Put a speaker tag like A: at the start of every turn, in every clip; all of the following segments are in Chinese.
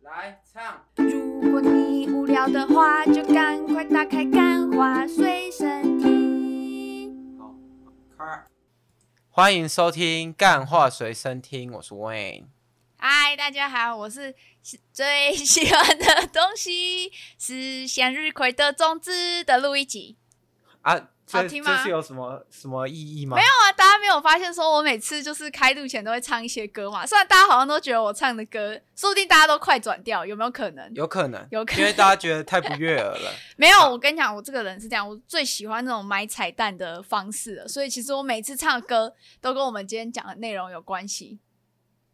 A: 来唱。
B: 如果你无聊的话，就赶快打开《干花随身听》。
A: 好，开。欢迎收听《干话随身听》，我是 Wayne。
B: 嗨，大家好，我是喜最喜欢的东西是向日葵的种子的录一集。
A: 啊，
B: 好
A: 这
B: 听
A: 这
B: 吗
A: 是有什么什么意义吗？
B: 没有啊，大家没有发现说我每次就是开录前都会唱一些歌嘛？虽然大家好像都觉得我唱的歌，说不定大家都快转掉，有没有可能？
A: 有可能，
B: 有可能
A: 因为大家觉得太不悦耳 了。
B: 没有，我跟你讲，我这个人是这样，我最喜欢那种买彩蛋的方式了。所以其实我每次唱的歌都跟我们今天讲的内容有关系，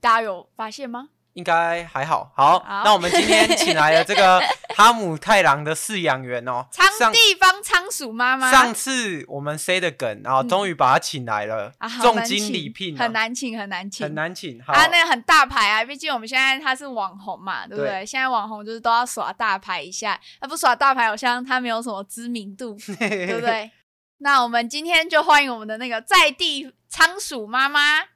B: 大家有发现吗？
A: 应该还好。好，
B: 好
A: 那我们今天请来了这个 哈姆太郎的饲养员哦，
B: 苍
A: 上
B: 地方仓鼠妈妈，
A: 上次我们 C 的梗，然后
B: 嗯
A: 终于把他请来了
B: 啊，好
A: 重
B: 难
A: 金
B: 请
A: 礼聘啊，
B: 很难请，很难请，
A: 很难请。好，
B: 啊，那个很大牌啊，毕竟我们现在他是网红嘛，对不对？
A: 对
B: 现在网红就是都要耍大牌一下，他不耍大牌，好像他没有什么知名度， 对不对？那我们今天就欢迎我们的那个在地仓鼠妈妈，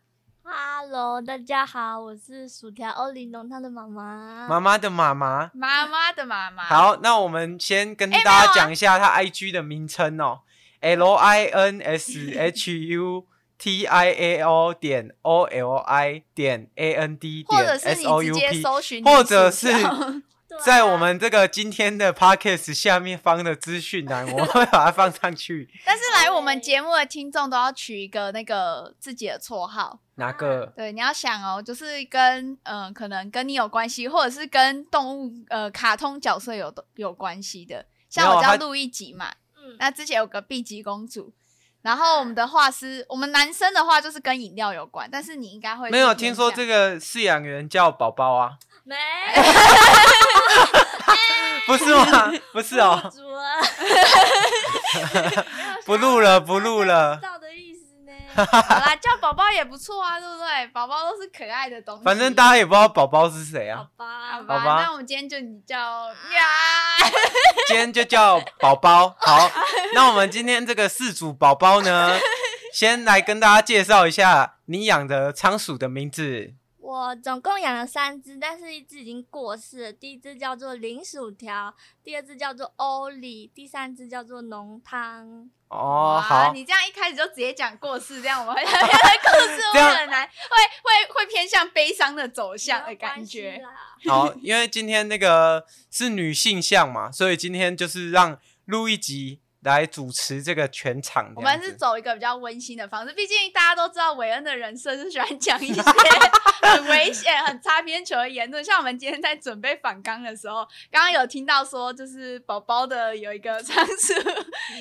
C: Hello，大家好，我是薯条欧玲珑她的妈妈。
A: 妈妈的妈妈。
B: 妈妈的妈妈。，
A: 好，那我们先跟
B: 哎没
A: 大
B: 有
A: 家
B: 啊
A: 讲一下他 IG 的名称哦，L I N S H U T I A O 点 O L I 点 A N D
B: 或
A: 点
B: 者是
A: S
B: 你
A: O
B: 直
A: U
B: 接
A: P，
B: 搜寻你薯条，
A: 或者是
C: 对啊
A: 在我们这个今天的 podcast 下面方的资讯栏，我们会把它放上去。
B: 但是来我们节目的听众都要取一个那个自己的绰号，
A: 哪 个？
B: 对，你要想哦，就是跟嗯、呃可能跟你有关系，或者是跟动物呃卡通角色有有关系的。像
A: 没有啊
B: 我叫
A: 它
B: 路易吉嘛，
C: 嗯，
B: 那之前有个碧吉公主，然后我们的画师，我们男生的话就是跟饮料有关，但是你应该会
A: 没有
B: 是
A: 听
B: 偏
A: 说
B: 向
A: 这个饲养员叫宝宝 啊？
C: 没
A: 不是吗？不是
C: 不
A: 哦，
C: 足啊
A: 不录了，不录了
C: 知。道的意思 呢？
B: 好啦，叫宝宝也不错啊，对不对？宝宝都是可爱的东西，
A: 反正大家也不知道宝宝是谁啊
C: 好，吧，
B: 好
C: 好吧
B: 吧，
A: 好吧
B: 那我们今天就你叫呀，
A: 今天就叫宝宝。好，那我们今天这个四组宝宝呢，先来跟大家介绍一下你养的仓鼠的名字。
C: 我总共养了三只，但是一只已经过世了。第一只叫做林薯条，第二只叫做欧里，第三只叫做浓汤。
A: 哦，
B: 哇
A: 好，
B: 你这样一开始就直接讲过世，这样 我们会故事
A: 这
B: 会
A: 样
B: 很难，会会会偏向悲伤的走向的感
C: 没有关系
B: 觉。
C: 啦。
A: 好，因为今天那个是女性向嘛，所以今天就是让录一集来主持这个全场这
B: 我
A: 样
B: 们
A: 子。
B: 是走一个比较温馨的方式，毕竟大家都知道韦恩的人设是喜欢讲一些 很危险、很擦边球的言论。像我们今天在准备反纲的时候，刚刚有听到说，就是宝宝的有一个仓 鼠，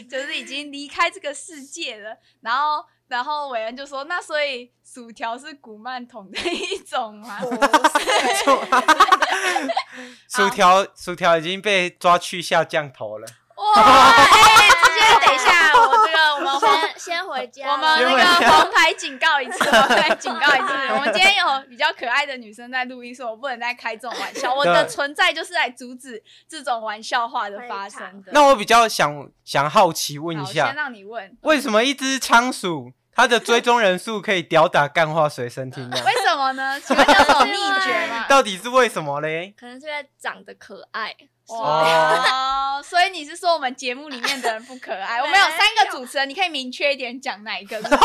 B: 就是已经离开这个世界了。然后，然后韦恩就说：“那所以薯条是古曼童的一种 吗？”
A: 薯条，薯条已经被抓去下降头了。
B: 哇！哎、直接等一下，我 这个我们红
C: 先 先回家了，
B: 我们那
A: 因为
B: 个黄牌警告一 次，黄牌警告一次。我们今天有比较可爱的女生在录音，说我不能再开这种玩笑。我的存在就是来阻止这种玩笑话的发生的。
A: 那我比较想想好奇问一
B: 好，
A: 下
B: 先，让你问，
A: 为什么一只仓鼠它的追踪人数可以吊打干话随身听呢？
B: 为什么呢？请问有什么秘诀 吗？
A: 到底是为什么嘞？
C: 可能是因为长得可爱。
B: 哦，所以你是说我们节目里面的人不可爱？我们有
C: 没有
B: 三个主持人，你可以明确一点讲哪一个是可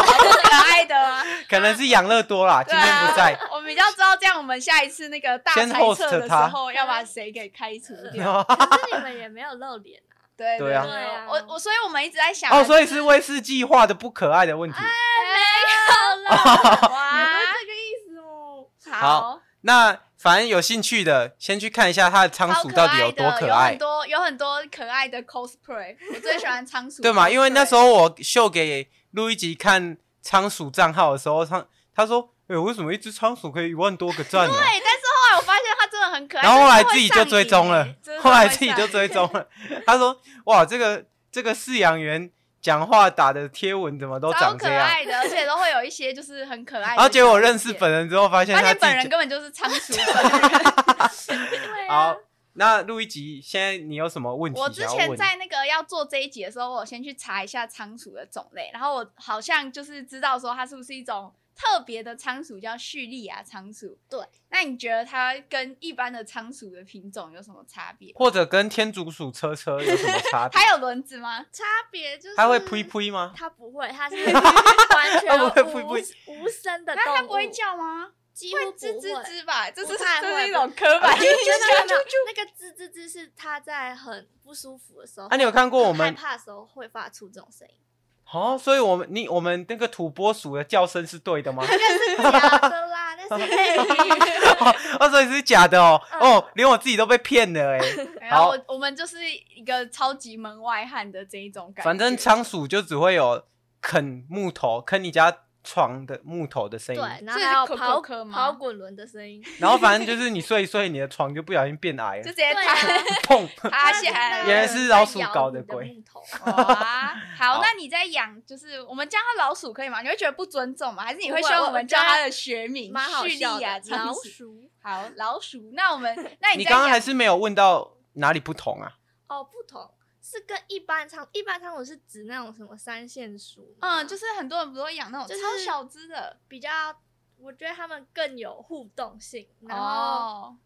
B: 爱的吗？
A: 可能是养乐多 啦，今
B: 对
A: 天
B: 啊，
A: 不 在。
B: 我们比较知道，这样我们下一次那个大
A: 先
B: 猜
A: host
B: 测的时
A: 他
B: 候，要把谁给开除掉。
C: 可是你们也没有露脸啊。
B: 对
A: 对啊
C: 对啊
B: 我我所以我们一直在想，
A: 哦，所以是威士忌化的不可爱的问
B: 啊
A: 题。
B: 哇，
C: 个意思哦。
B: 好，
A: 那反正有兴趣的，先去看一下它的仓
B: 超
A: 鼠
B: 可
A: 到底
B: 爱的，
A: 多可
B: 有
A: 爱
B: 很，多有很多可爱的 cosplay，我最喜欢仓鼠 cosplay，
A: 对嘛？因为那时候我秀给录一集看仓鼠账号的时候，他他说：“哎、为什么一只仓鼠可以一万多个赞呢、
B: 对，但是后来我发现它真的很可爱，
A: 然后后来
B: 真的
A: 自
B: 会
A: 己就追踪了
B: 上瘾真，的
A: 后来
B: 会
A: 自己
B: 上
A: 就
B: 瘾
A: 追踪了。他说：“哇，这个这个饲养员讲话打的贴文怎么都
B: 超
A: 长
B: 可
A: 这样？”
B: 爱的，而且都会有一些就是很可爱的小姐姐。
A: 然后结果认识本人之后，发现
B: 发
A: 他
B: 现
A: 自
B: 本
A: 己
B: 人
A: 讲
B: 根本就是仓鼠本人。
C: 对啊
A: 好，，那录一集，现在你有什么问题
B: 我之
A: 想要
B: 前
A: 问？
B: 在那个要做这一集的时候，我有先去查一下仓鼠的种类，然后我好像就是知道说它是不是一种特别的仓鼠叫叙利亚仓鼠。
C: 对，
B: 那你觉得它跟一般的仓鼠的品种有什么差别？
A: 或者跟天竺鼠车车有什么差 别？
B: 它有轮子吗？
C: 差别就是
A: 它会呸呸吗？
C: 它不会，它是完全
A: 它不会呸
C: 无
A: 呸
C: 无声的动
B: 那
C: 物，
B: 它不会，叫吗？
C: 几
B: 会
C: 乎不
B: 吱吱
C: 会。
B: 吱吧？这是
C: 不太会
B: 这是一种刻板
C: 没
B: 印
C: 有没有
B: 象。
C: 没有，那个吱吱吱是它在很不舒服的时候，
A: 啊，你有看过我
C: 很
A: 们
C: 害怕的时候会发出这种声音，
A: 哦？所以我们你我们那个土拨鼠的叫声是对的 吗？
C: 是假的啦，但是类比
A: 哦，所以是假的哦。
C: 嗯
A: 哦，连我自己都被骗了哎。
B: 然
A: 好
B: 后我我们就是一个超级门外汉的这一种感觉。
A: 反正仓鼠就只会有啃木头、啃你家床的木头的声音
C: 对，，然后
B: 所以
C: 还
B: 是
C: 有
B: 可
C: 跑
B: 可可吗
C: 跑滚轮的 声音，
A: 然后反正就是你睡一睡，你的床就不小心变矮
B: 就
A: 了
B: 直，接
C: 对
B: 塌
C: 啊，
A: 砰！
B: 塌下来了。
A: 原来是老鼠搞的鬼
C: 在咬你木头。
B: 哇，好
A: 好，
B: 那你在养就是我们叫它老鼠可以吗？你会觉得不尊重吗？还是你会
C: 不
B: 希
C: 会
B: 望
C: 我
B: 我们叫它的学名
C: 蛮好
B: 叙利
C: 笑
B: 亚
C: 的，
B: 仓
C: 老
B: 鼠？
C: 鼠
B: 好，老鼠。那我们，那
A: 你
B: 在
A: 刚刚
B: 养
A: 还是没有问到哪里不同啊？
C: 哦，不同是跟一般仓，一般仓鼠是指那种什么三线鼠，
B: 嗯，就是是很多人不是会养那种
C: 就是
B: 哦超小只的，
C: 比较，我觉得它们更有互动性，然后
B: 哦。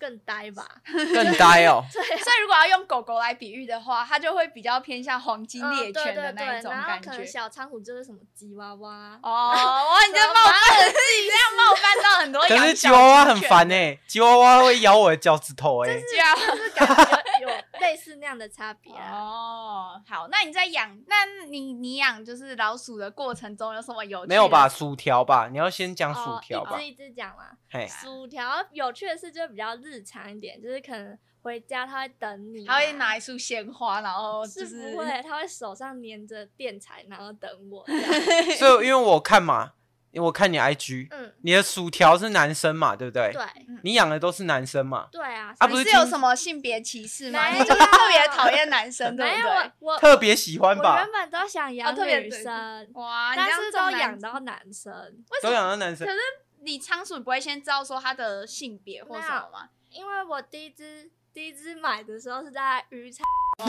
C: 更呆吧，
A: 更呆哦。
B: 所以如果要用狗狗来比喻的话，它就会比较偏向黄金
C: 嗯
B: 猎
C: 对
B: 犬
C: 对
B: 的
C: 对，
B: 那一种
C: 然后
B: 感
C: 可能
B: 觉。
C: 小仓鼠就是什么吉娃娃，
B: 哦，哇，你在
C: 什么
B: 冒 犯自己，这样冒犯到很多
A: 可
B: 养
A: 是
B: 小
A: 吉娃娃
B: 型
A: 很
B: 犬
A: 烦哎，吉娃娃会咬我的脚趾头哎。
B: 吉娃娃
C: 就是感觉有有类似那样的差别啊。
B: 哦，好，那你在养，那你你养就是老鼠的过程中有什么有趣的？
A: 没有吧？？薯条吧？你要先讲薯
C: 哦，
A: 条吧
C: 一只？一只讲嘛。
A: 嘿，
C: 薯条有趣的事就比较日常一点，就是可能回家它会等你啊，
B: 他会拿一束鲜花，然后就是是
C: 不会，它会手上粘着电材，然后等我这样。
A: 所以因为我看嘛，因为我看你 IG，
C: 嗯，
A: 你的薯条是男生嘛，对不对？
C: 对
A: 你养的都是男生嘛？
C: 对啊，
A: 啊
B: 你
A: 不是
B: 是
A: 听
B: 有什么性别歧视吗？
C: 没
B: 你
C: 有
B: 就是特别讨厌男生，对
C: 没
B: 不
C: 有啊
B: 对
C: 我？我
A: 特别喜欢
C: 呃我
A: 吧
C: 原？本都想
B: 哦
C: 养
B: 特别
C: 女
B: 对
C: 生，
B: 哇，啊你
C: 但
B: 这样
C: 是
B: 重
C: 都
B: 男
C: 养到男生，
B: 为什
A: 都
B: 么？
A: 养的男生
B: 可，是你仓鼠不会先知道说它的性别或什么吗？
C: 因为我第一只第一只买的时候是在渔场，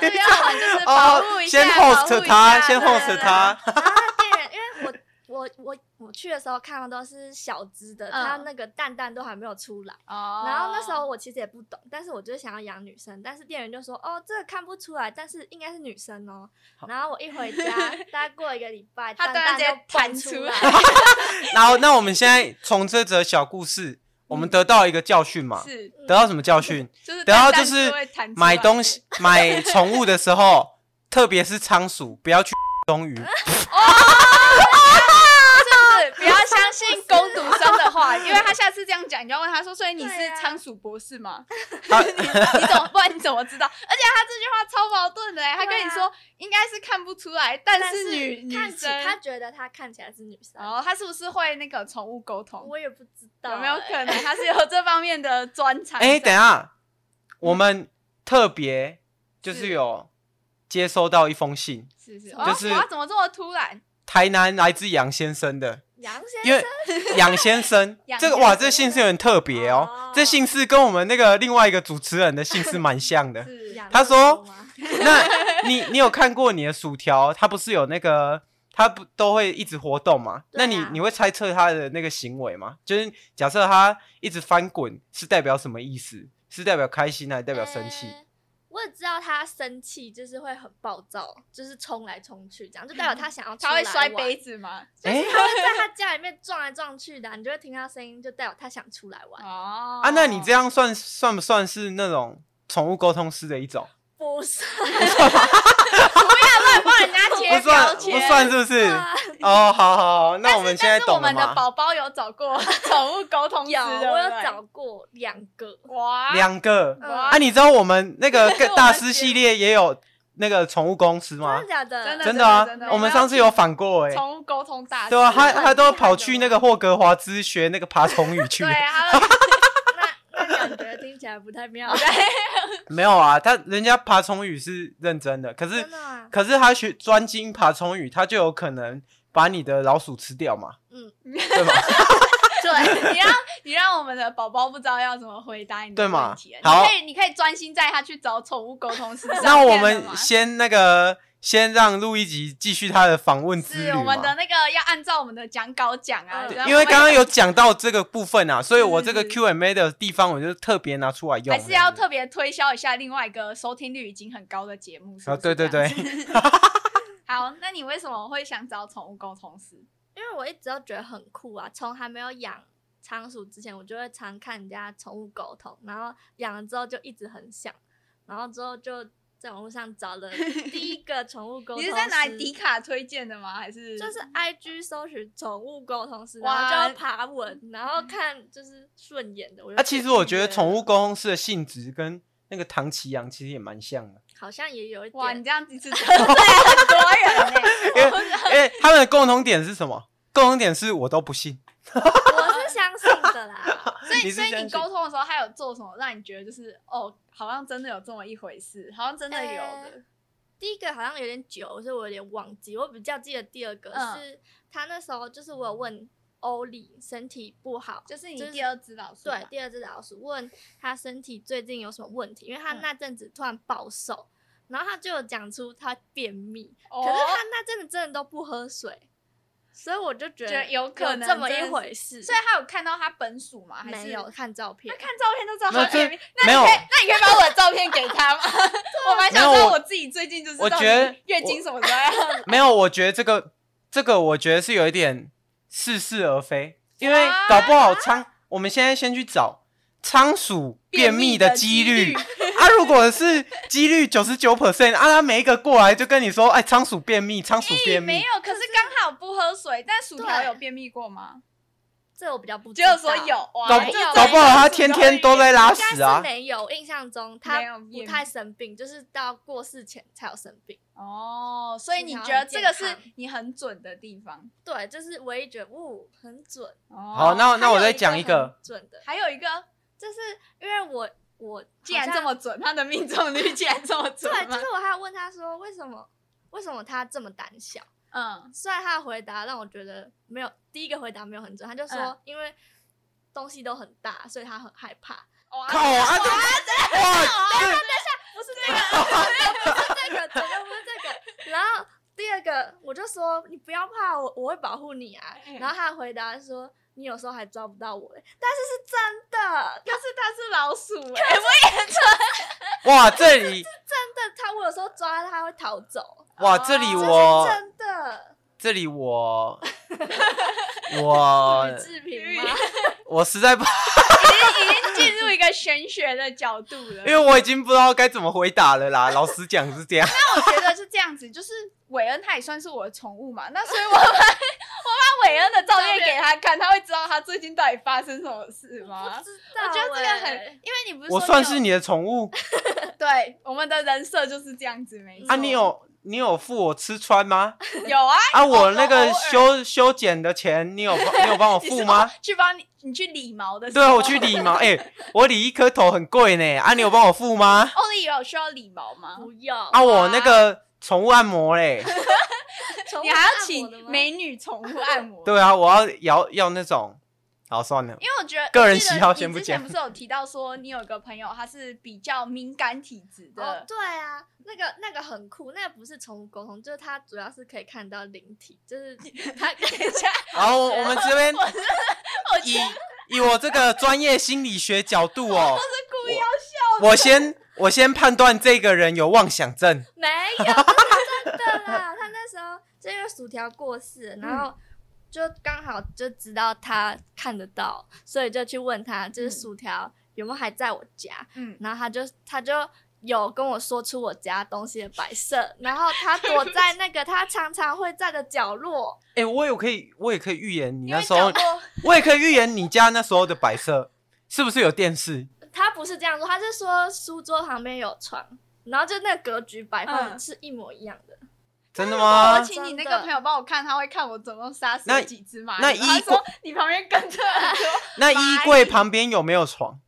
B: 这边我们就是保护一下，
A: 哦先
B: 保护
A: host
B: 一
A: 他，
B: 下
A: 先
B: 对
A: host
B: 对对
A: 他。
C: 然后店员因为 我我我我去的时候看到都是小只的，
B: 嗯
C: 它那个蛋蛋都还没有出来。
B: 哦，
C: 然后那时候我其实也不懂，但是我就是想要养女生，但是店员就说哦，这个看不出来，但是应该是女生哦。然后我一 回家，大概过一个礼拜，
B: 它
C: 蛋
B: 当然
C: 蛋
B: 直接
C: 就蹦
B: 弹出
C: 来，
A: 然后，那我们现在从这则小故事，我们得到一个教训 嘛？
B: 嗯是
A: 得到什么教训？
B: 就是
A: 得到
B: 蛋
A: 就
B: 蛋
A: 是
B: 会弹出
A: 买
B: 来
A: 东 西、买宠物的时候，特别是仓鼠，不 要去东鱼。
B: 是 不要相信攻读生的话，因为他下次这样讲，你就要问他说：“所以你
C: 啊对
B: 是
C: 啊
B: 仓鼠博士吗？
A: 啊
B: 你怎么不然你怎么知道？”而且他这句话超矛盾的欸，他跟你
C: 对啊
B: 说应该是看不出来，但
C: 但
B: 是女女
C: 看起他
B: 生，
C: 觉得他看起来是女生，
B: 然后他是不是会那个宠物沟通？
C: 我也不知道
B: 有没有
C: 欸
B: 可能他是有这方面的专长？
A: 哎、等一下，我们特别就是
B: 是
A: 有接收到一封信，
B: 是是，
A: 就
B: 哦
A: 是
B: 我要怎么这么突然？
A: 台南来自杨先生 的，
C: 杨先
A: 因为
C: 生
A: 杨先生
B: 杨
A: 这个
B: 先
A: 哇，
B: 生
A: 这姓氏有点特别哦，
C: 哦
A: 这姓氏跟我们那个另外一个主持人的姓氏蛮像 的。
B: 是
C: 养
A: 他
C: 那么啊
A: 说
C: 多吗
A: 那你你有看过你的薯条，它不是有那个，它不都会一直活动嘛？
C: 对
A: 那
C: 啊
A: 你你会猜测它的那个行为吗？就是假设它一直翻滚，是代表什么意思？是代表开心还是代表生气？
C: 呃我只知道他生气就是会很暴躁，就是冲来冲去这样，就代表他想要出
B: 他会
C: 来
B: 摔
C: 玩
B: 杯子吗？
A: 哎、
C: 他会在他家里面撞来撞去的啊、你就会听到声音，就代表他想出来玩。
B: 哦
A: 啊，那你这样算算不算是那种宠物沟通师的一种？
C: 不是，
B: 乱帮人家贴
A: 不算
B: 标
A: 不
B: 签，
A: 算是不是？
C: 啊
A: 哦，好好好，
B: 但
A: 那我
B: 是
A: 们现在
B: 但是我
A: 懂了
B: 们的
A: 嘛？
B: 宝宝有找过 宠物沟通师，
C: 有
B: 对不
C: 我有
B: 对
C: 找过两个，
B: 哇
A: 两个
C: 嗯
B: 哇
A: 啊，你知道我们那 个
B: 我们
A: 大师系列也有那个宠物公司吗
C: 真的？假的？
B: 真的
A: 真的啊
B: 真的真，的
A: 我们上次有访过哎，
B: 宠物沟通大师
A: 对啊，他
C: 很
A: 他都
C: 厉害
A: 跑
C: 的
A: 去
C: 嘛
A: 那个霍格华兹学那个爬虫语去
B: 对。啊他 啊
C: 那感觉听起来不太 妙。
A: 没有啊，他人家爬虫语是认真的，可是
C: 真的啊
B: 啊
C: 吗？
A: 可是他学专精爬虫语，他就有可能把你的老鼠吃掉嘛，
C: 嗯，
A: 对 吧？
B: 对，你让你让我们的宝宝不知道要怎么回答你的
A: 对嘛
B: 问题，你
A: 好
B: 可以你可以专心在他去找宠物沟通师上面了嘛。
A: 那我们先那个先让录一集继续他的访问之旅
B: 是我们的
A: 嘛。
B: 那个要按照我们的讲稿讲啊，
C: 嗯
B: 然后
A: 因为刚刚
B: 我
A: 有讲到这个部分啊，所以我这个
B: 是是
A: Q&A 的地方，我就特别拿出来用。
B: 们嗯还是要特别推销一下另外一个收听率已经很高的节目。是不
A: 啊，
B: 是
A: 对对
B: 这
A: 对
B: 样子，好，那你为什么会想找宠物沟通师？
C: 因为我一直都觉得很酷啊，从还没有养仓鼠之前，我就会常看人家宠物沟通，然后养了之后就一直很想，然后之后就在网络上找 了第一个宠物沟通
B: 你
C: 师。
B: 是在哪里迪？卡推荐的吗？还是啊
C: 就是 I G 搜寻宠物沟通师，然
B: 哇
C: 后就要爬文，然后看就是顺眼的。我就
A: 那、啊其实我觉得
C: 点
A: 宠物沟通师的性质跟那个唐奇阳其实也蛮像的，
C: 好像也有一
B: 哇，你
C: 点，
B: 这样子是得罪很多人欸呢、
A: 因为因为他们的共同点是什么？共同点是我都不信。
C: 我是相信的啦。
B: 所以，
A: 你是
B: 所以
A: 相
B: 你
A: 信
B: 沟通的时候，他有做什么让你觉得就是哦，好像真的有这么一回事，好像真的有的
C: 呃。第一个好像有点久，所以我有点忘记。我比较记得第二个
B: 嗯
C: 是、他那时候就是我有问欧丽身体不好，
B: 就是你
C: 就是
B: 第二只老师吧，
C: 对第二只老鼠问他身体最近有什么问题，因为他
B: 嗯
C: 那阵子突然暴瘦，然后他就有讲出他 便秘，
B: 哦，
C: 可是他那阵子真的都不喝水，所以我就
B: 觉
C: 觉得
B: 得有可能
C: 这么
B: 真的
C: 一
B: 是
C: 回事。
B: 所以他有看到他本属吗？还是
C: 没有？看照片
B: 那，看照片就知道他
A: 没有这
B: 便秘。那
A: 没
B: 你
A: 有
B: 可以，那你可以把我的照片给他 吗？我蛮想
A: 没
B: 知
A: 有
B: 道
A: 我
B: 我自己最近就是
A: 我
B: 到底
A: 觉得
B: 月经什么时候要？
A: 没有，我觉得这个这个，我觉得是有一点似是而非，因为搞不好仓，我们现在先去找仓鼠便秘的几率 啊。如果是几率九十九 percent 啊，他每一个过来就跟你说，哎，仓鼠便秘，仓鼠便
B: 没
A: 秘，
B: 有，可是刚好不喝水。但薯条
C: 对
B: 有便秘过吗？
C: 这我比较不
B: 只
C: 知
B: 有
C: 道。
B: 说有，哇，
A: 搞
C: 没
A: 不
C: 有
A: 搞不好他
B: 这
A: 天
B: 种
A: 天都在拉
C: 应
A: 屎
C: 该是
A: 啊。
C: 没有，印象中
B: 没
C: 他
B: 有
C: 不
B: 便
C: 太
B: 秘
C: 生病，就是到过世前才有生病。
B: 哦，所以
C: 薯
B: 你
C: 条
B: 觉得
C: 很
B: 这个
C: 健
B: 是
C: 康
B: 你很准的地方？
C: 对，就是我也觉得，呜、很准。
B: 哦
A: 好，那那
C: 还
A: 我
C: 有
A: 再讲一
C: 很
A: 个，
C: 准的，
B: 还有一个，
C: 就是因为我我
B: 既然
C: 好
B: 这
C: 像
B: 么准，他的命中率竟然这么准
C: 对，
B: 吗
C: 就是我还有问他说为什么为什么他这么胆小？
B: 嗯，
C: 虽然他的回答让我觉得没有第一个回答没有很准，他就说、
B: 嗯
C: 因为东西都很大，所以他很害怕。
B: 哇
A: 靠啊，这哇，这
C: 不是这个， 不是这个，真的不是这个。然后第二个，我就说你不要怕，我我会保护你啊。然后他的回答说。你有时候还抓不到我欸，但是是真的，
B: 可是他是老鼠哎、欸，啊
A: 哇，这里
C: 真的，他我有时候抓他会逃走，
A: 哇，这里
B: 哦
A: 我
C: 真的。
A: 这里 我我
C: 吕志平
B: 吕
C: 吗？
A: 我实在不，
B: 已经已经进入一个玄学的角度了。
A: 因为我已经不知道该怎么回答了啦。老实讲是这样。
B: 我觉得是这样子，就是韦恩他也算是我的宠物嘛，那所以我把我把韦恩的照片给他看，他会知道他最近到底发生什么事吗
C: 不？知道
B: 哦我
C: 欸，
B: 觉得这个很，因为你不是
A: 我
B: 说
A: 算是
B: 你
A: 你的宠物
B: 有对我们的人设就是这样子，没错。
A: 啊，你有你有付我吃穿吗？
B: 有啊，
A: 啊，我那
B: 偶
A: 个
B: 尔
A: 修修剪的钱，你有帮你有帮我
B: 你
A: 付
B: 是
A: 吗？
B: 去帮你你去理毛的时
A: 对
B: 候，
A: 啊，我去理毛，哎、我理一颗头很贵呢，啊，你有帮我付吗？
B: 欧丽哦有需要理毛吗？
C: 不要
A: 啊，我那个宠物按摩嘞，
C: 宠物
B: 你还要
C: 按摩的
B: 请
C: 吗
B: 美女宠物按摩？
A: 对啊，我要要要那种，好算了，
B: 因为我觉得
A: 个人
B: 我记得
A: 喜好
B: 你
A: 先不
B: 之前
A: 讲
B: 不是有提到说你有个朋友他是比较敏感体质
C: 哦
B: 的，，
C: 对啊，那个那个很酷，那个不是宠物沟通，就是它主要是可以看到灵体，就是它
B: 等 一下，
A: 好，我我们这边
B: 我真的我
A: 以
B: 觉得
A: 以我这个专业心理学角度哦，
B: 故意要
A: 我先我先判断这个人有妄想症，
C: 没有这是真的啦。它那时候就因为薯条过世，然后就刚好就知道它看得到，所以就去问他，就是
B: 嗯
C: 薯条有没有还在我家，
B: 嗯，
C: 然后他就他就有跟我说出我家东西的摆设，然后他躲在那个他常常会在的角落。
A: 哎、我有可以我也可以预言你
B: 因
A: 那
B: 为
A: 时候
B: 讲，过
A: 我也可以预言你家那时候的摆设是不是有电视？
C: 他不是这样说，他是说书桌旁边有床，然后就那个格局摆放
B: 嗯
C: 是一模一样的。
A: 真的
B: 我
A: 吗？
B: 哦请你那个朋友帮我看，他会看我总共杀死
A: 啊那
B: 了几只蚂蚁。
A: 那
B: 然后他
A: 衣
B: 说你旁边跟着 很多，
A: 那衣柜旁边有没有床？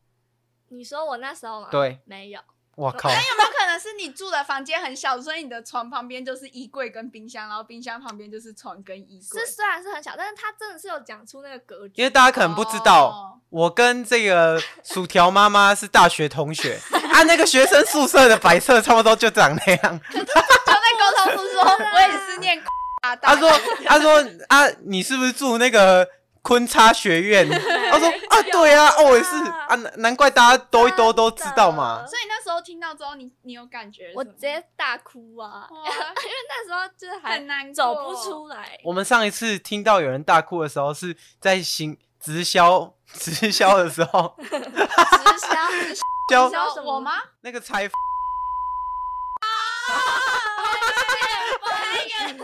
C: 你说我那时候吗？，
A: 对，
C: 没有，
A: 我靠，
B: 那有没有可能是你住的房间很小，所以你的床旁边就是衣柜跟冰箱，然后冰箱旁边就是床跟衣柜
C: 是？虽然是很小，但是他真的是有讲出那个格局。
A: 因为大家可能不知道，
B: 哦
A: 我跟这个薯条妈妈是大学同学，啊，那个学生宿舍的摆设差不多就长那样。
B: 就在沟 通处说，我也是念
A: 他
B: 大大
A: 说，他说啊，你是不是住那个昆差学 院？他说啊，对啊，哦，我也是啊，难难怪大家兜一兜都知道嘛。
B: 所以那时候听到之后，你你有感觉？
C: 我直接大 哭啊，因
B: 哇
C: 为那时候就是
B: 很
C: 还
B: 难过
C: 走不。出来，
A: 我们上一次听到有人大哭的时候，是在行直销 直销的时 候，
C: 直 销直
A: 销
B: 你知道我吗？
A: 那个财
B: 我 那个题材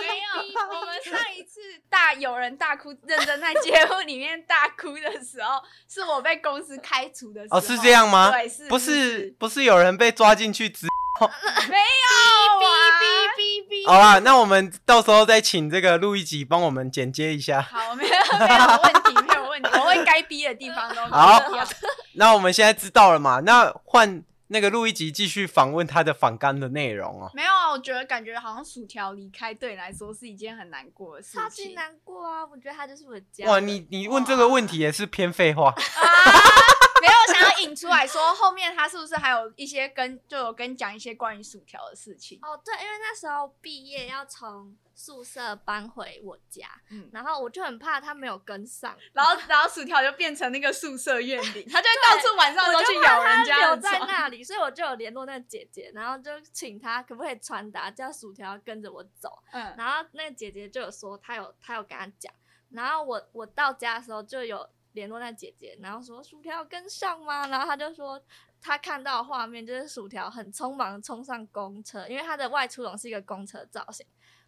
B: 没有。我们上一次大有人大哭，认真在节目里面大哭的时候，是我被公司开除的时候。
A: 哦，是这样吗？
B: 对，是
A: 不是
B: 是？
A: 不是有人被抓进去直？
B: 没有啊。
C: 哔哔哔
A: 好啦，那我们到时候再请这个录一集帮我们剪接一下。
B: 好，没有没有问题，没有问题，我会该逼的地方 都逼
A: 好
B: 掉
A: 那我们现在知道了嘛？那换那个录一集继续访问他的访纲的内容哦。
B: 没有啊，我觉得感觉好像薯条离开对你来说是一件很难过的事情。
C: 超级难过啊！我觉得他就是我的家人。
A: 哇，你你问这个问题也是偏废话，
B: 没有想要引出来说，后面他是不是还有一些跟就有跟你讲一些关于薯条的事情？
C: 哦，对，因为那时候毕业要从宿舍搬回我家，
B: 嗯，
C: 然后我就很怕他没有跟上，
B: 然后然后薯条就变成那个宿舍怨 灵，他就会到处晚上
C: 我
B: 都
C: 就
B: 去
C: 怕
B: 咬人
C: 他
B: 家的
C: 留在
B: 床。
C: 那里，所以我就有联络那个姐姐，然后就请她可不可以传达叫薯条跟着我走，
B: 嗯，
C: 然后那个姐姐就有说她有她有跟她讲，然后我我到家的时候就有联络那姐姐，然后说薯条跟上吗？然后她就说。她看到的画面就是薯条很匆忙地冲上公车，因为她的外出笼是一个公车造型，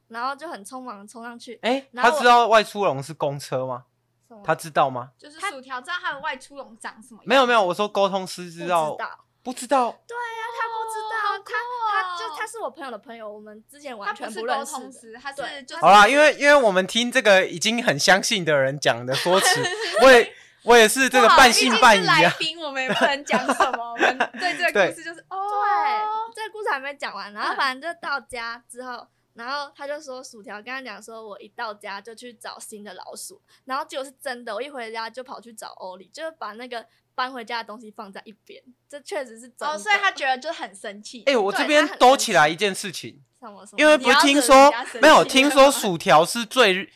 C: 然后就很匆忙地冲上去。
A: 哎、
C: 然后
A: 他
C: 我
A: 知道外出笼是公车吗？
C: 什么
A: 他知道吗？
B: 就是薯条知道他的外出笼长什么样？
A: 没有没有，我说沟通师
C: 不
A: 知
C: 知
A: 道
C: 道，他
A: 不知道
B: 哦
C: 不知道，他他就他是我朋友的朋友，我们之前
B: 他
C: 完
B: 不
C: 全
B: 是沟
C: 认识
B: 通
C: 的。
B: 师，他是
C: 对
B: 就是
A: 好啦，因为因为我们听这个已经很相信的人讲的说 辞，我也我也是这个
B: 不好
A: 半信半疑
B: 毕竟是来
A: 啊。
B: 宾我们也不能讲什么，我 们对这个故事就是哦，嗯
C: 对，这个故事还没讲完，然后反正就到家之后，然后他就说薯条跟他讲说，我一到家就去找新的老鼠，然后结果是真的，我一回家就跑去找欧里，就是把那个搬回家的东西放在一边，这确实是真的。
B: 哦，所以他觉得就很生气。
A: 哎、我这
C: 对
A: 边
C: 他很
A: 兜
C: 生
A: 起来一件事情，
C: 什么什么，
A: 因为不是
B: 你要
A: 听
B: 惹
A: 说
B: 人家生
A: 没有
B: 气
A: 听
B: 了
A: 说
B: 吗
A: 薯条是最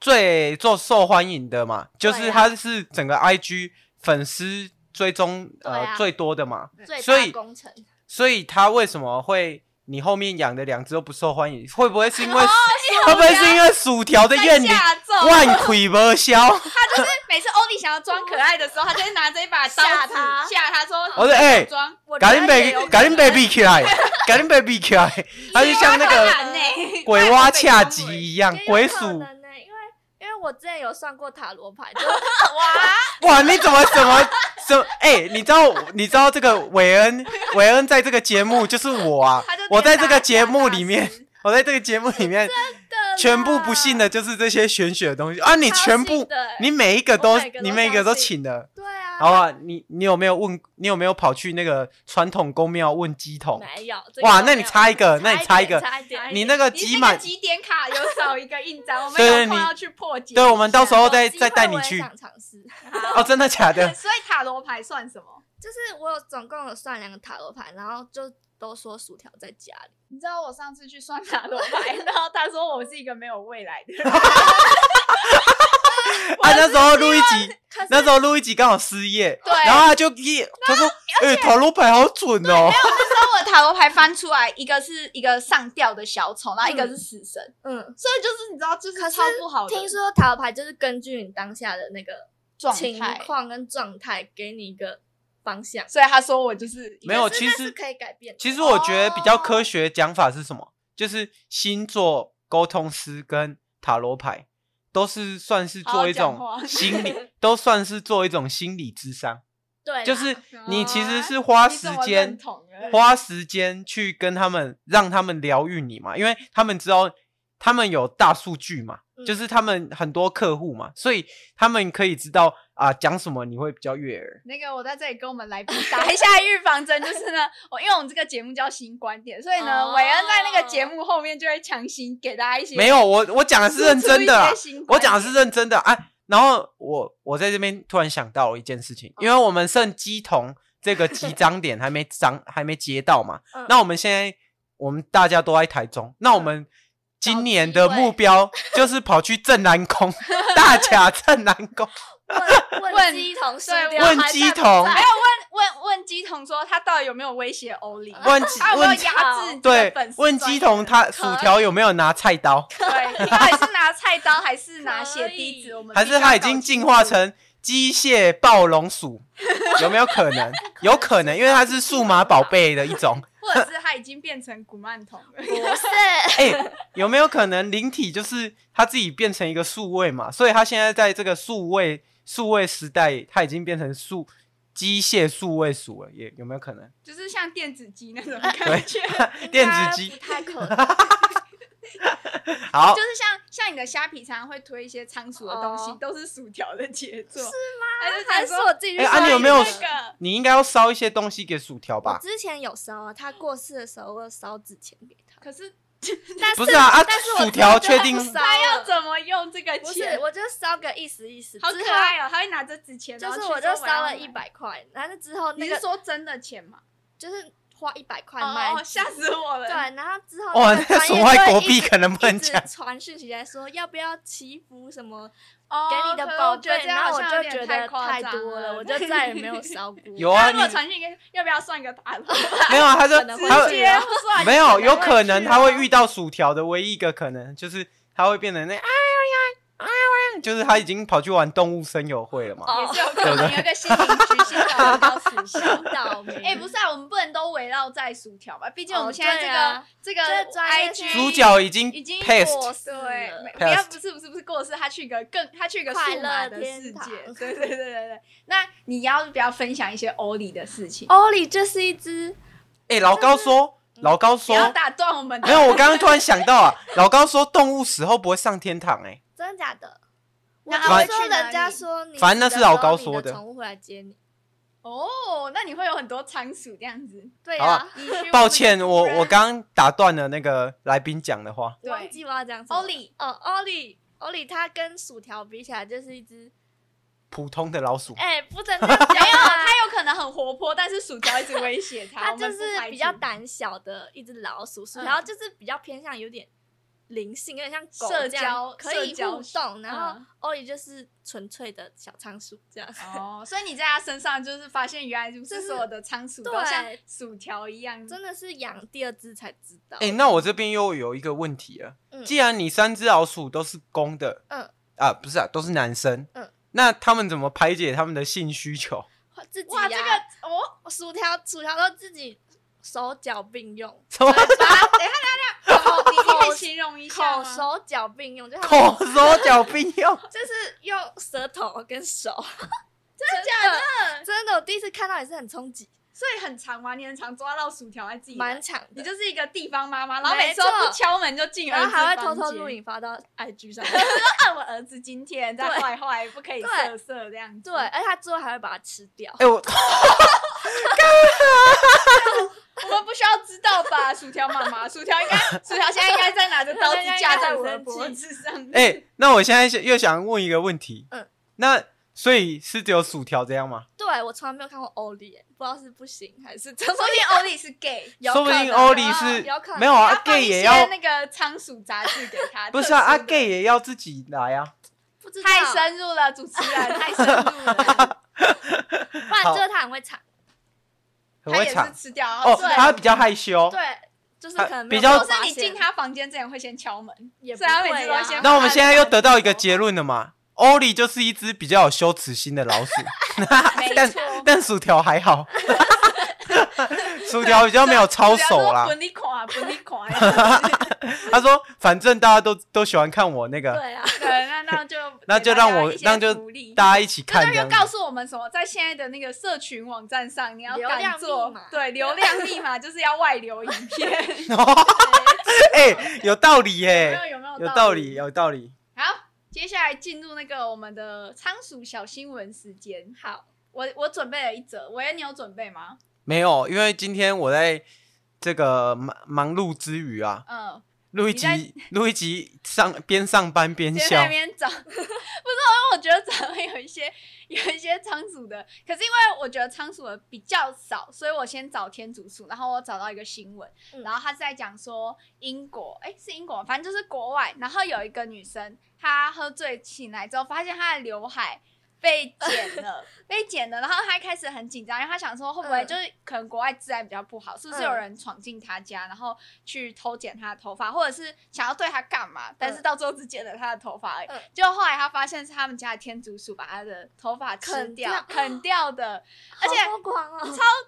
A: 最受受欢迎的嘛，就是
C: 对啊
A: 它是整个 IG 粉丝追踪呃、
C: 对啊
A: 最多的嘛，
C: 最
A: 所以
C: 大工程，
B: 哎
A: 所以它为什么会你后面养的两只都不受欢迎？会不会是因为、 会不会是因为薯条的
B: 在
A: 怨灵
B: 下咒，
A: 万亏不消？
B: 他就是每次欧弟想要装可爱的时候，他就会拿着一把刀
C: 吓
B: 子
C: 他
B: 吓他说：“
A: 我说哎
B: 装
C: 我觉
A: 赶
C: 得
A: 紧被
C: 也有
A: 赶紧被闭起 来，赶紧被闭起来，它就像那个
B: 很 呢，
A: 鬼蛙恰吉一样，
C: 也有
A: 鬼
C: 可
A: 鼠
C: 能呢、因为因为我之前有算过塔 罗牌，就
B: 哇，
A: 哇！你怎么怎么 怎么？哎、你知道你知道这个韦恩韦恩在这个节目就是我啊
B: 他就，
A: 我在这
B: 变大
A: 个节目里
B: 大
A: 面，
B: 师
A: 我在这个节目里面全部不信
C: 的
A: 的就是这些玄学的东西啊！你全
C: 啊超信
A: 部
C: 的
A: 你每一个都
C: 我每个都
A: 你每一个都
C: 相信
A: 请了，
C: 对啊，
A: 好啊！你你有没有问？你有没有跑去那个传统宫庙问鸡桶？
C: 没有。这个
A: 哇，那
C: 都没
A: 你
C: 有
A: 差一个，那你
C: 差
A: 一个，
C: 差一点。
A: 你那个
B: 哎你
A: 集
B: 那个
A: 满，
B: 几点卡有少一个印 章，我们
A: 对对
B: 有空
A: 你
B: 要去破解。
A: 对，我们到时候再
C: 有机会
A: 再带你
C: 我也
A: 去。
C: 想尝试，
A: 哦，真的假的？
B: 所以塔罗牌算什么？
C: 就是我有总共有算两个塔罗牌，然后就都说薯条在家里。
B: 你知道我上次去算塔罗牌，然后他说我是一个没有未来 的人，
A: 啊，那时候录一集，
C: 可是
A: 那时候录一集刚好失业，
B: 对
A: 然后他就一他说，哎，塔罗牌好准哦，
B: 那我的塔罗牌翻出来，一个是一个上吊的小丑，然后一个是死神，
C: 嗯，
B: 所以就是你知道，就是
C: 可是
B: 超不好的
C: 听说塔罗牌就是根据你当下的那个
B: 状
C: 情
B: 态。
C: 况跟状态，给你一个方向。
B: 所以他说我就是
A: 没有
C: 可是
A: 其
C: 那
A: 实
C: 是可以改变的。
A: 其实我觉得比较
C: 哦
B: 哦
A: 科学的讲法是什么？就是星座沟通师跟塔罗牌都是算是
B: 好好
A: 做一
B: 讲
A: 种
B: 话
A: 心 理，都算是做一种心理智商，
C: 对啦，
A: 就是你其实是
B: 啊
A: 花
B: 你
A: 时
B: 哎怎么认
A: 间
B: 同了
A: 花时间去跟他们，让他们疗愈你嘛，因为他们知道他们有大数据嘛，
C: 嗯
A: 就是他们很多客户嘛，所以他们可以知道啊讲什么你会比较悦耳。
B: 那个，我在这里跟我们来 宾打一下预防针，就是呢，我因为我们这个节目叫新观点，所以呢，
C: 哦
B: 韦恩在那个节目后面就会强行给大家一些
A: 没有，我我讲的是认真的啊
B: 输出一些，新
A: 我
B: 观点
A: 讲的哎是认真
B: 嗯
A: 的啊。然后我我在这边突然想到一件事情，因为我们剩鸡同这个集章点还 没章还没接到嘛。
C: 嗯
A: 那我们现在我们大家都在台中，那我们今年的
B: 嗯找机会
A: 目 标就是跑去正南宫大甲正南 宫，
C: 问
B: 问
C: 问鸡同事
B: 对
C: 聊
A: 问
C: 还在
A: 鸡
C: 不
A: 同
C: 在
B: 还有问问问鸡童说他到底有没有威胁欧丽？
A: 问 鸡
B: 他有没有
A: 问
B: 压制你的
A: 对
B: 粉丝
A: 问
B: 专
A: 鸡
B: 业
A: 童他薯条有没有拿菜刀，
B: 对，你到底是拿菜刀还是拿
C: 可
B: 血
C: 以
B: 滴子？我们
A: 还
B: 必
A: 是
B: 须要
A: 他已
B: 搞
A: 经
B: 清
A: 进化
B: 楚
A: 成机械暴龙鼠？有没有可能？有可能，因为它是数码宝贝的一种。
B: 或者是他已经变成古曼童了。
C: 不 是，
A: 哎、有没有可能灵体就是他自己变成一个数位嘛？所以他现在在这个数位数位时代，他已经变成数机械数位鼠了，也有没有可能？
B: 就是像电子鸡那种感觉，
C: 应
A: 电子
C: 该不
A: 机
C: 太 可能。
A: 好
B: 就，是像像你的虾皮常常会推一些仓鼠的东西，
C: 哦
B: 都是薯条的杰作，是吗？
C: 还
B: 还是
C: 是
B: 说
C: 我自己去
A: 哎
C: 搜
A: 啊你有
C: 一
A: 没有
C: 下
B: 那个？
A: 你应该要烧一些东西给薯条
C: 我
A: 吧？
C: 之前有烧啊，他过世的时候我有烧纸钱给他，
B: 可是
C: 但
A: 不是啊啊
C: 但是我
A: 薯条确定
C: 真的不 烧
B: 他要
C: 了
B: 怎么用这个
C: 不是，
B: 钱？
C: 我就烧个意思意思，
B: 好
C: 之
B: 可
C: 后
B: 爱哦，他会拿着纸钱，
C: 就
B: 然
C: 是
B: 后去
C: 我
B: 说
C: 就烧
B: 要
C: 了
B: 买
C: 一。百块，然后之后
B: 你
C: 那
B: 是
C: 个
B: 说真的钱吗？
C: 就是花一百块卖
B: 哦，哦吓死我了！
C: 对，然后之后
A: 哇，
C: 那个
A: 那
C: 专
A: 什
C: 业
A: 么外
C: 就
A: 国
C: 会
A: 币
C: 一直
A: 可能不能
C: 一直
A: 讲。
C: 传讯息来说要不要祈福什么
B: 哦，
C: 给你的
B: 可是
C: 宝
B: 我觉得
C: 贝，
B: 这样
C: 然后
B: 好
C: 我
B: 像有
C: 就
B: 点
C: 觉得
B: 太夸
C: 太
B: 张
C: 多了，
B: 了，
C: 我就再也 没有。烧过。
A: 有啊，
B: 如
A: 你
B: 果传讯给，要不要算一个大头？
A: 没有啊？他说
C: 可能会
A: 他
B: 直接
C: 啊
B: 不算，
A: 没有，有可能他会
B: 去
A: 遇到薯条的唯一一个可能就是他会变成那哎呀哎呀哎呀，就是他已经跑去玩动物声友会了嘛。
B: 啊，也
C: 哦
B: 是，有可能有一个心灵局限 的到薯
C: 心
B: 条。
C: 倒霉。
B: 哎、不是啊，我们不能都围绕在薯条吧？毕竟我
C: 哦
B: 们现在这
C: 对
B: 个、
C: 啊
B: 这
C: 这
B: 个
C: 个专业
B: IG
A: 主角已经
C: 已经
A: past，
C: 过世
B: 对，
C: 了
B: 没不要
A: Past
B: 不是不是不是过世，他去一个更他去一个
C: 快
B: 数码
C: 乐
B: 的
C: 天
B: 世
C: 堂
B: 界， 对对对对对。那你要不要分享一些欧里的事情？
C: 欧里就是一只
A: 哎、老高说，老高
B: 不要
A: 说，
B: 打断我们的
A: 没有，我刚刚突然想到啊，老高说动物死后不会上天堂、欸，
C: 真的假的？我
B: 那
C: 听
A: 它会
C: 说
B: 去哪
C: 人家
B: 里
C: 说你死的时候，
A: 反正那是老高说
C: 你的
A: 的
C: 宠物会来接 你。
B: 哦，那你会有很多仓鼠这样子。
C: 对
A: 好啊
C: 啊，
A: 哎，抱歉，我我刚刚打断了那个来宾讲的话，
C: 忘记我要讲什么了。
B: 欧里
C: 哦，欧里，欧里，它跟薯条比起来就是一只，
A: 普通的老鼠，
C: 哎，不准这样讲
B: 没有，
C: 啊。
B: 他有可能很活泼，但是薯条一直威胁他。
C: 它
B: 我
C: 就
B: 们不
C: 是
B: 排
C: 比较
B: 除
C: 胆小的一只老鼠，
B: 嗯
C: 然后就是比较偏向有点灵性，有点像狗
B: 社
C: 这样
B: 交
C: 可以
B: 社交
C: 互动。然后
B: 嗯
C: 欧里就是纯粹的小仓鼠这样。
B: 哦，所以你在他身上就是发现，原来就是
C: 是
B: 所有的仓鼠都
C: 对
B: 像薯条一样，
C: 真的是养第二只才知道。
A: 哎、那我这边又有一个问题了，
C: 嗯
A: 既然你三只老鼠都是公的，
C: 嗯
A: 啊，不是啊，都是男生，
C: 嗯
A: 那他们怎么排解他们的性需 求？
C: 自己
B: 哇，这
C: 呀
B: 个哦，
C: 薯条薯条都自己手脚并用，
A: 什么
B: 口你可以形容一下
C: 口
B: 吗
C: 手脚并用，就是它们
A: 口手脚并 用？
C: 就是用舌头跟手，
B: 真的假的？
C: 真的，我第一次看到也是很冲击，
B: 所以很长吗？你很常抓到薯条在自己
C: 蛮
B: 的，
C: 长
B: 你
C: 的。
B: 就是一个地方妈妈，然后每
C: 没
B: 次都
C: 错
B: 不敲门就进，
C: 然后还会偷偷录，影发到 IG 上面，
B: 按啊我儿子今天在
C: 对
B: 坏坏，不可以
C: 对
B: 色色这样子。
C: 对，而且他最后还会把它吃掉。
A: 哎、我
B: 我们不需要知道吧？ 薯条妈妈，薯 条应该，薯条现在应该在拿着刀子架在我的脖子上面。
A: 哎、那我现在是又想问一个问题，
C: 嗯
A: 那所以是只有薯条这样吗？
C: 对我从来没有看过欧丽，不知道是不行还是怎
B: 说
C: 么
B: 不定欧丽是 gay，
C: 有
A: 说不
C: 可能啊
A: 定欧里是
C: 有可能
A: 没有啊
B: 啊要放
A: ，gay
B: 一些
A: 也要
B: 那个仓鼠杂志给他。
A: 不是啊
B: 特殊
A: 啊
B: 的
A: ，gay 也要自己来啊。
C: 不知道，
B: 太深入了，主持人 太深入了，
C: 不然就是他很会藏。
A: 很
B: 他
A: 会
B: 也
A: 藏
B: 是吃掉
A: 哦，
B: 对
A: 他比较害羞。
C: 对，就是可能没
A: 比
C: 有
A: 较
C: 被
B: 或
C: 我
B: 是
C: 发
B: 你进
C: 现，
B: 他房间之前会先敲门，
C: 也不
B: 所以他每次
C: 会
B: 都
C: 啊
B: 先
A: 那我们现在又得到一个结论了嘛？欧里就是一只比较有羞耻心的老 鼠，
B: 没
A: 但
B: 错。
A: 但薯条还好， 薯条比较没有操守啦
B: 不。你垮，不你垮。
A: 他说：“反正大家都都喜欢看我那个，
C: 对啊，
B: 对，那那就
A: 那就让我
B: 给大
A: 那
B: 家一
A: 就
B: 些福利
A: 大家一起看
B: 那
A: 这
B: 就又
A: 样子。
B: 告诉我们什么？在现在的那个社群网站上，你要
C: 流量
B: 敢做
C: 密码
B: 对流量密码 就是要外流影片，
A: 哦
C: 啊
A: 哎、有道理
B: 有
A: 耶、
B: 没有有没有
A: 有道理，有道理。
B: 好，接下来进入那个我们的仓鼠小新闻时间。好，我我准备了一则，维恩，你有准备吗？
A: 没有，因为今天我在这个忙忙碌之余啊，
B: 嗯，
A: 录一
B: 你在
A: 集录一集上边上班边
B: 在那
A: 笑，
B: 边找，不是，因为我觉得怎么会有一些 有一些仓鼠的，可是因为我觉得仓鼠的比较少，所以我先找天竺鼠，然后我找到一个新闻，
C: 嗯
B: 然后他是在讲说英国，哎、是英国吗，反正就是国外，然后有一个女生，她喝醉醒来之后，发现她的刘海。被剪了，被剪了，然后她一开始很紧张，因为她想说会不会
C: 嗯
B: 就是可能国外治安比较不好，是不是有人闯进她家，然后去偷剪她的头发，或者是想要对她干嘛，但是到最后只剪了她的头发而已。
C: 嗯
B: 结果后来她发现是他们家的天竺鼠把她的头发吃
C: 啃
B: 掉
C: 掉，
B: 啃掉 的，而且
C: 好疯狂
B: 超超
C: 哦，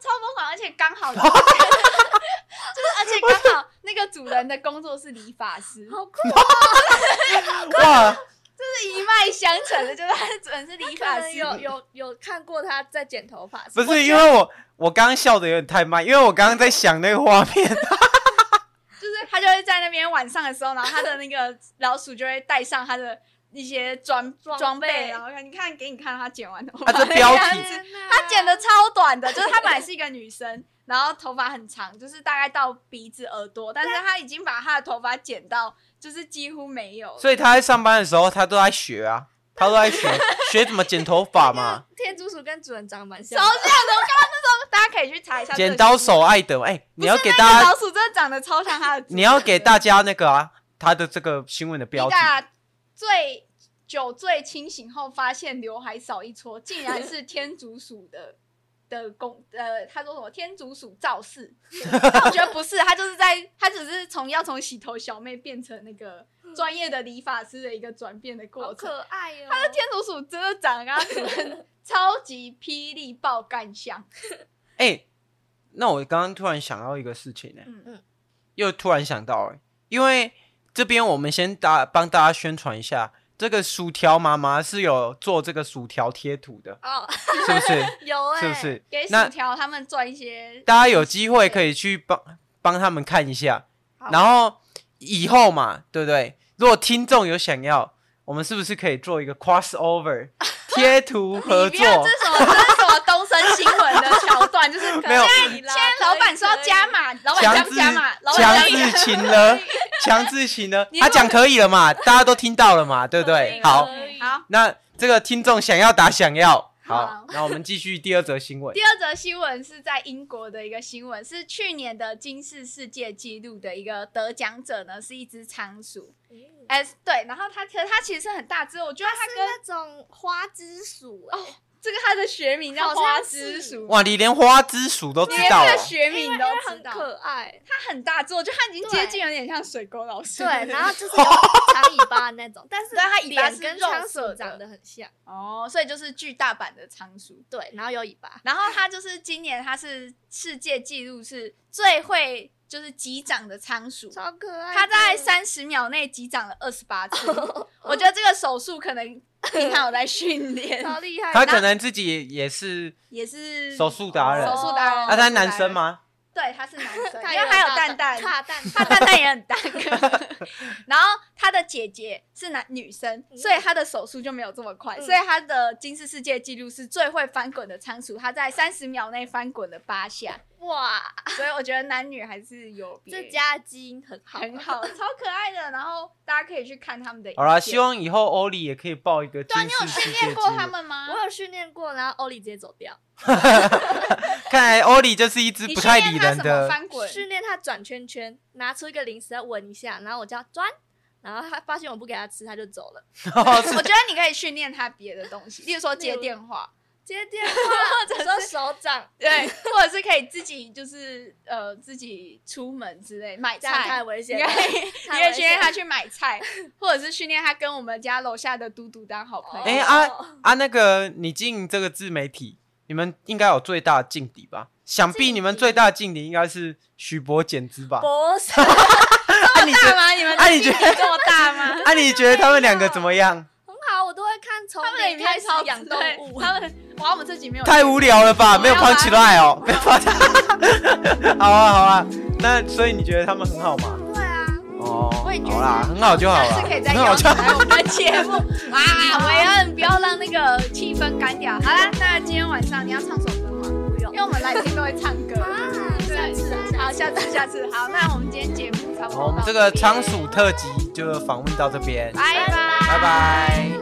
B: 疯狂，而且刚 好就是，而且刚好那个主人的工作是理发 师，
C: 好酷啊
A: 哇，
B: 是一脉相承的，就是他的主人是理
C: 可
B: 发
C: 能
B: 师，
C: 有有有看过他在剪头发，
A: 不
C: 我
A: 是因为我我刚刚笑的有点太慢，因为我刚刚在想那个画面，
B: 就是他就会在那边晚上的时候，然后他的那个老鼠就会带上他的一些装
C: 装备
B: 装备，然后看你看给你看他剪完头发，
A: 啊这标题
B: 样子 她剪的超短的，就是她本来是一个女生，然后头发很长，就是大概到鼻子、耳朵，但是她已经把她的头发剪到就是几乎没有了。
A: 所以他在上班的时候他都在学啊，他都在学 学怎么剪头发 嘛，
C: 天竺鼠跟主人长得蛮
B: 超
C: 像
B: 像
C: 的，
B: 的，我看到那时候大家可以去查一下这个新闻。
A: 剪刀手爱德，哎、你要给
B: 那
A: 大
B: 个
A: 家
B: 老鼠真的长得超像她的主人。
A: 你要给大家那个啊，他的这个新闻的标题，
B: 大最酒醉清醒后发现刘海少一撮，竟 然是天竺鼠的。的公呃，他说什么天竺鼠肇事？ 但我觉得不是，他就是在他只是从要从洗头小妹变成那个专业的理发师的一个转变的过
C: 嗯好
B: 程。
C: 可爱哦。
B: 他的天竺鼠真的长得跟他主 人超级霹雳爆干像，
A: 哎、那我刚刚突然想到一个事情呢、欸
B: 嗯
C: 嗯
A: 又突然想到、欸，因为这边我们先打帮大家宣传一下，这个薯条妈妈是有做这个薯条贴图的，
C: 哦，
A: 是不 是？
C: 有哎，
A: 是不是？
B: 给薯
A: 那
B: 条他们赚一些。
A: 大家有机会可以去帮帮他们看一下
B: 好，
A: 然后以后嘛，对不对？如果听众有想要，我们是不是可以做一个 crossover 贴图合
B: 你不要
A: 作
B: 这？是什么这是什么东森新闻的桥段，就是可能
A: 没有
C: 现
B: 现在老板说要加，码， 老板
A: 强
B: 加
A: 制
B: 不加码？
A: 强
B: 老板加不加
A: 制
B: 码
A: 情 了，强制情了
B: 你。如
A: 他
B: 果
A: 讲可以了嘛，大家都听到了 嘛，对不
C: 可
A: 对
C: 以？
A: 好，
C: 可以
B: 好。
A: 那这个听众想要打想要，
B: 好
A: 好，那我们继续第二则新闻
B: 第。二则新闻是在英国的一个新闻，是去年的金氏世界纪录的一个得奖者呢，是一只仓鼠。
C: 嗯
B: 哎、对，然后它可它其实很大只，我觉得它
C: 是
B: 跟
C: 那种花枝鼠哎，
B: 这个它的学名叫
C: 好像
B: 花
C: 是
B: 枝鼠，
A: 哇，你连花枝鼠都知
B: 连
A: 道
B: 它
A: 哦
B: 的学
C: 因
B: 名
C: 为
B: 都
C: 它
B: 知
C: 很
B: 道。
C: 可爱。
B: 它很大只，我觉得它已经接近有点像水沟老师。
C: 对， 然后就是有长尾巴的那种，但是
B: 对它尾巴
C: 脸
B: 是
C: 跟
B: 肉
C: 仓
B: 色
C: 鼠
B: 的
C: 长得很像。
B: 哦，所以就是巨大版的仓鼠。
C: 对，然后有尾巴。
B: 然后他就是今年他是世界纪录是最会就是击掌的仓鼠，
C: 超可爱的。
B: 他在三十秒内击掌了二十八 次。我觉得这个手速可能平常有在训练，
C: 超厉害，
A: 他可能自己也是
B: 也是
A: 手速达人
B: 手速嗯达
C: 哦
B: 人。
A: 啊，他男生？吗？
B: 对，他是男 生，
C: 他
B: 因为他有蛋蛋
C: 蛋，，大蛋
B: 他蛋蛋也很大个。 然后他的姐姐是男女生，
C: 嗯
B: 所以他的手速就没有这么快，
C: 嗯
B: 所以他的金氏世界纪录是最会翻滚的仓鼠，他在三十秒内翻滚了八下。
C: 哇，
B: 所以我觉得男女还是有别
C: 这家的基因很好，
B: 很好，超可爱的。然后大家可以去看他们的影片。
A: 好啦，希望以后欧里也可以报一个
B: 对
A: 金
B: 啊，你有
A: 氏世
B: 训
A: 界纪
B: 练
A: 录。
B: 过他们吗？
C: 我有训练过，然后欧里直接走掉，
A: 看来欧里就是一只
B: 你
A: 不
B: 训
A: 太
B: 练
A: 理
B: 他
A: 人
B: 什么
A: 的。
B: 翻滚？
C: 训练他转圈圈，拿出一个零食要闻一下，然后我叫转，然后他发现我不给他吃，他就走了。
B: 我觉得你可以训练他别的东 西，例如说接电话，
C: 接电话， 或者说手掌，
B: 对， 或者是可以自己就是呃自己出门之类买
C: 这样太
B: 菜。
C: 危
B: 你
C: 险了。
B: 可以，你
C: 太
B: 可以
C: 危
B: 训练
C: 险
B: 他去买 菜，或者是训练他跟我们家楼下的嘟嘟当好朋友。
A: 哎、
C: 哦
A: 啊啊，那个你进这个自媒体，你们应该有最大的劲敌吧？想必你们最大的劲敌应该是徐博减资吧？
C: 哦不 是，
A: 啊，
C: 哦
A: 你觉
B: 大
A: 得？
B: 吗？你们
A: 啊
B: 的
A: 你觉
B: 距
A: 得
B: 离这么大吗？
A: 啊，你觉得他们两个怎么样？
C: 很好，我都会看 从
B: 他们的
C: 零
B: 影
C: 开
B: 片
C: 始
B: 超
C: 养动
B: 对
C: 物。
B: 他们哇，我们这集没有啊
A: 太无聊了吧？
B: 不
A: 没有
B: 要吧
A: punch line 哦， 没有 punch。好啊，好啊，那所以你觉得他们很好吗？
C: 对啊，
A: 哦
B: 我也觉，得
A: 好啦，很好就好
B: 下
A: 了
B: 次可以，再
A: 很
B: 邀
A: 好就
B: 请
A: 好。
B: 来我们的节目 啊！韦恩，不要让那个气氛干掉。好啦，那今天晚上你要唱首歌吗？
C: 不用
B: 因为我们来宾都会唱歌。
C: 啊，
B: 对
C: 下次啊，
B: 好，
C: 下次
B: 下次下次好，那我们今天节目差不
A: 好，我
B: 多
A: 们
B: 到
A: 这个
B: 边
A: 仓，鼠特辑就访问到这边，
B: 拜拜
A: 拜拜。